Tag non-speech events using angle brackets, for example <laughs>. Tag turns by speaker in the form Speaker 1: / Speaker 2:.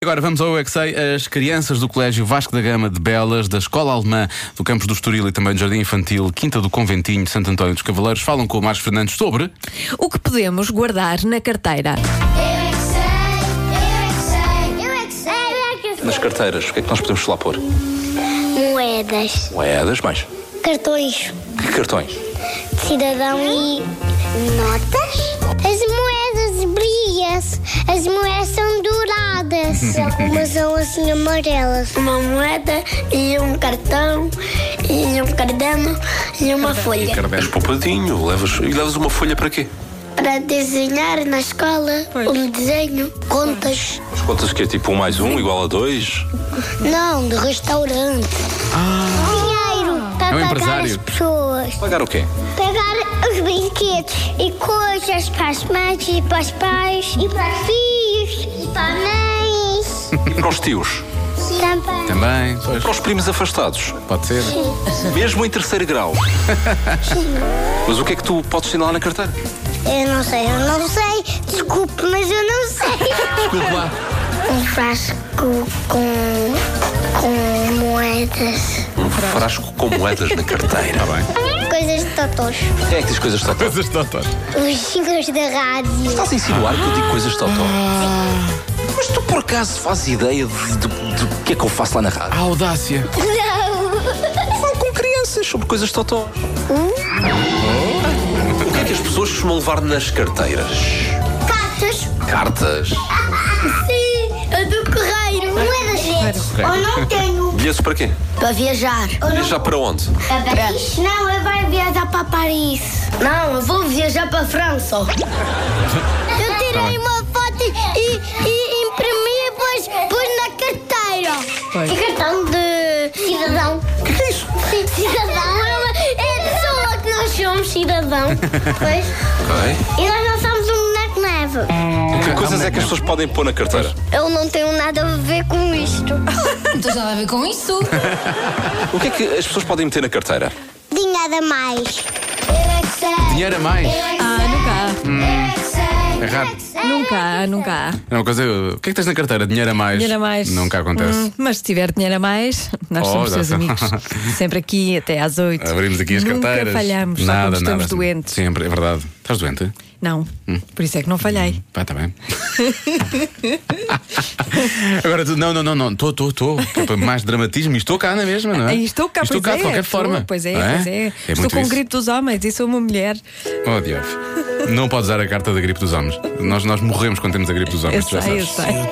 Speaker 1: Agora vamos ao UXA. As crianças do Colégio Vasco da Gama de Belas, da Escola Alemã do Campos do Estoril e também do Jardim Infantil, Quinta do Conventinho, de Santo António dos Cavaleiros, falam com o Marcos Fernandes sobre.
Speaker 2: O que podemos guardar na carteira?
Speaker 3: Nas carteiras, o que é que nós podemos lá pôr?
Speaker 4: Moedas,
Speaker 3: Moedas, mais.
Speaker 4: cartões
Speaker 3: Que cartões?
Speaker 4: de cidadão e notas. As moedas brilham-se, as moedas são <laughs> douradas. Algumas são assim amarelas. Uma moeda e um cartão e um cardano e uma folha.
Speaker 3: És poupadinho, levas, e levas uma folha para quê?
Speaker 4: Para desenhar na escola um desenho, contas.
Speaker 3: As contas que é tipo um mais um igual a dois?
Speaker 4: Não, de restaurante. Dinheiro
Speaker 1: É um
Speaker 4: para pagar as
Speaker 1: empresário.
Speaker 4: pessoas.
Speaker 3: Pagar o quê?
Speaker 4: pegar os brinquedos e coisas para as mães e para os pais e para os filhos e para mães.
Speaker 3: E para os tios?
Speaker 4: Também.
Speaker 1: Também.
Speaker 3: Para os primos afastados?
Speaker 1: Pode ser.
Speaker 3: Mesmo em terceiro grau? Mas o que é que tu podes sinalar na carteira?
Speaker 4: Eu não sei, eu não sei. Desculpe, mas eu não sei.
Speaker 3: Desculpa lá.
Speaker 4: Um frasco com, com moedas.
Speaker 3: Um frasco com moedas na carteira.
Speaker 4: Coisas de totós.
Speaker 3: Quem é que diz coisas totó?
Speaker 1: Coisas tontas.
Speaker 4: Os jingles da rádio.
Speaker 3: Estás a insinuar que eu digo coisas totó? Mas tu por acaso fazes ideia de- de- do que é que eu faço lá na rádio?
Speaker 1: Audácia.
Speaker 4: Não.
Speaker 3: Falo com crianças sobre coisas totó. Hum? O que é que as pessoas costumam levar nas carteiras?
Speaker 4: Cartas.
Speaker 3: Cartas.
Speaker 4: Sim, eu do correio. Moedas verdes. Ou não tenho.
Speaker 3: Bilhetes para quê?
Speaker 4: Para viajar. Ou não
Speaker 3: Bilhetes já para onde?
Speaker 4: Para Paris? Não, eu vou viajar para Paris. Não, eu vou viajar para França. Eu tirei uma foto e, e imprimi e pus, pus na carteira.
Speaker 2: Pois.
Speaker 4: E cartão de cidadão. O que é isso? Cidadão. É a pessoa que nós somos cidadão. pois.
Speaker 3: Ok.
Speaker 4: E nós não somos um boneco neve.
Speaker 3: Que coisas é que as pessoas podem pôr na carteira?
Speaker 4: Eu não tenho nada a ver com isto.
Speaker 2: Não tens nada a ver com isso.
Speaker 3: O que é que as pessoas podem meter na carteira?
Speaker 4: Dinheiro a mais. Eu é que sei.
Speaker 1: Dinheiro a mais.
Speaker 2: Ah, nunca
Speaker 1: É raro.
Speaker 2: há. Nunca há, nunca há.
Speaker 1: É uma coisa. O que é que tens na carteira? Dinheiro a mais.
Speaker 2: Dinheiro a mais.
Speaker 1: Nunca acontece.
Speaker 2: Hum, mas se tiver dinheiro a mais, nós
Speaker 1: Oh,
Speaker 2: somos
Speaker 1: já
Speaker 2: seus
Speaker 1: sei. <laughs>
Speaker 2: amigos. Sempre aqui até às oito.
Speaker 1: Abrimos aqui as
Speaker 2: nunca
Speaker 1: carteiras.
Speaker 2: falhamos, só
Speaker 1: nada,
Speaker 2: quando estamos
Speaker 1: nada. Hum.
Speaker 2: doentes.
Speaker 1: Sempre, é verdade. Estás doente?
Speaker 2: Não, por isso é que não falhei.
Speaker 1: Pá, está bem. <laughs> Agora, tu- não, não, não, não. Estou, estou, estou. Que é para Mais dramatismo. E Estou cá na mesma, não é?
Speaker 2: Aí estou cá,
Speaker 1: estou
Speaker 2: pois
Speaker 1: cá
Speaker 2: é,
Speaker 1: de qualquer
Speaker 2: estou,
Speaker 1: forma.
Speaker 2: Pois é,
Speaker 1: não
Speaker 2: pois é. estou
Speaker 1: muito
Speaker 2: com o
Speaker 1: isso.
Speaker 2: grito dos homens e sou uma mulher.
Speaker 1: Oh, diabo. Não pode usar a carta da gripe dos homens. Nós, nós morremos quando temos a gripe dos
Speaker 2: Eu
Speaker 1: homens. tu já
Speaker 2: sei, eu
Speaker 1: sabes.
Speaker 2: sei.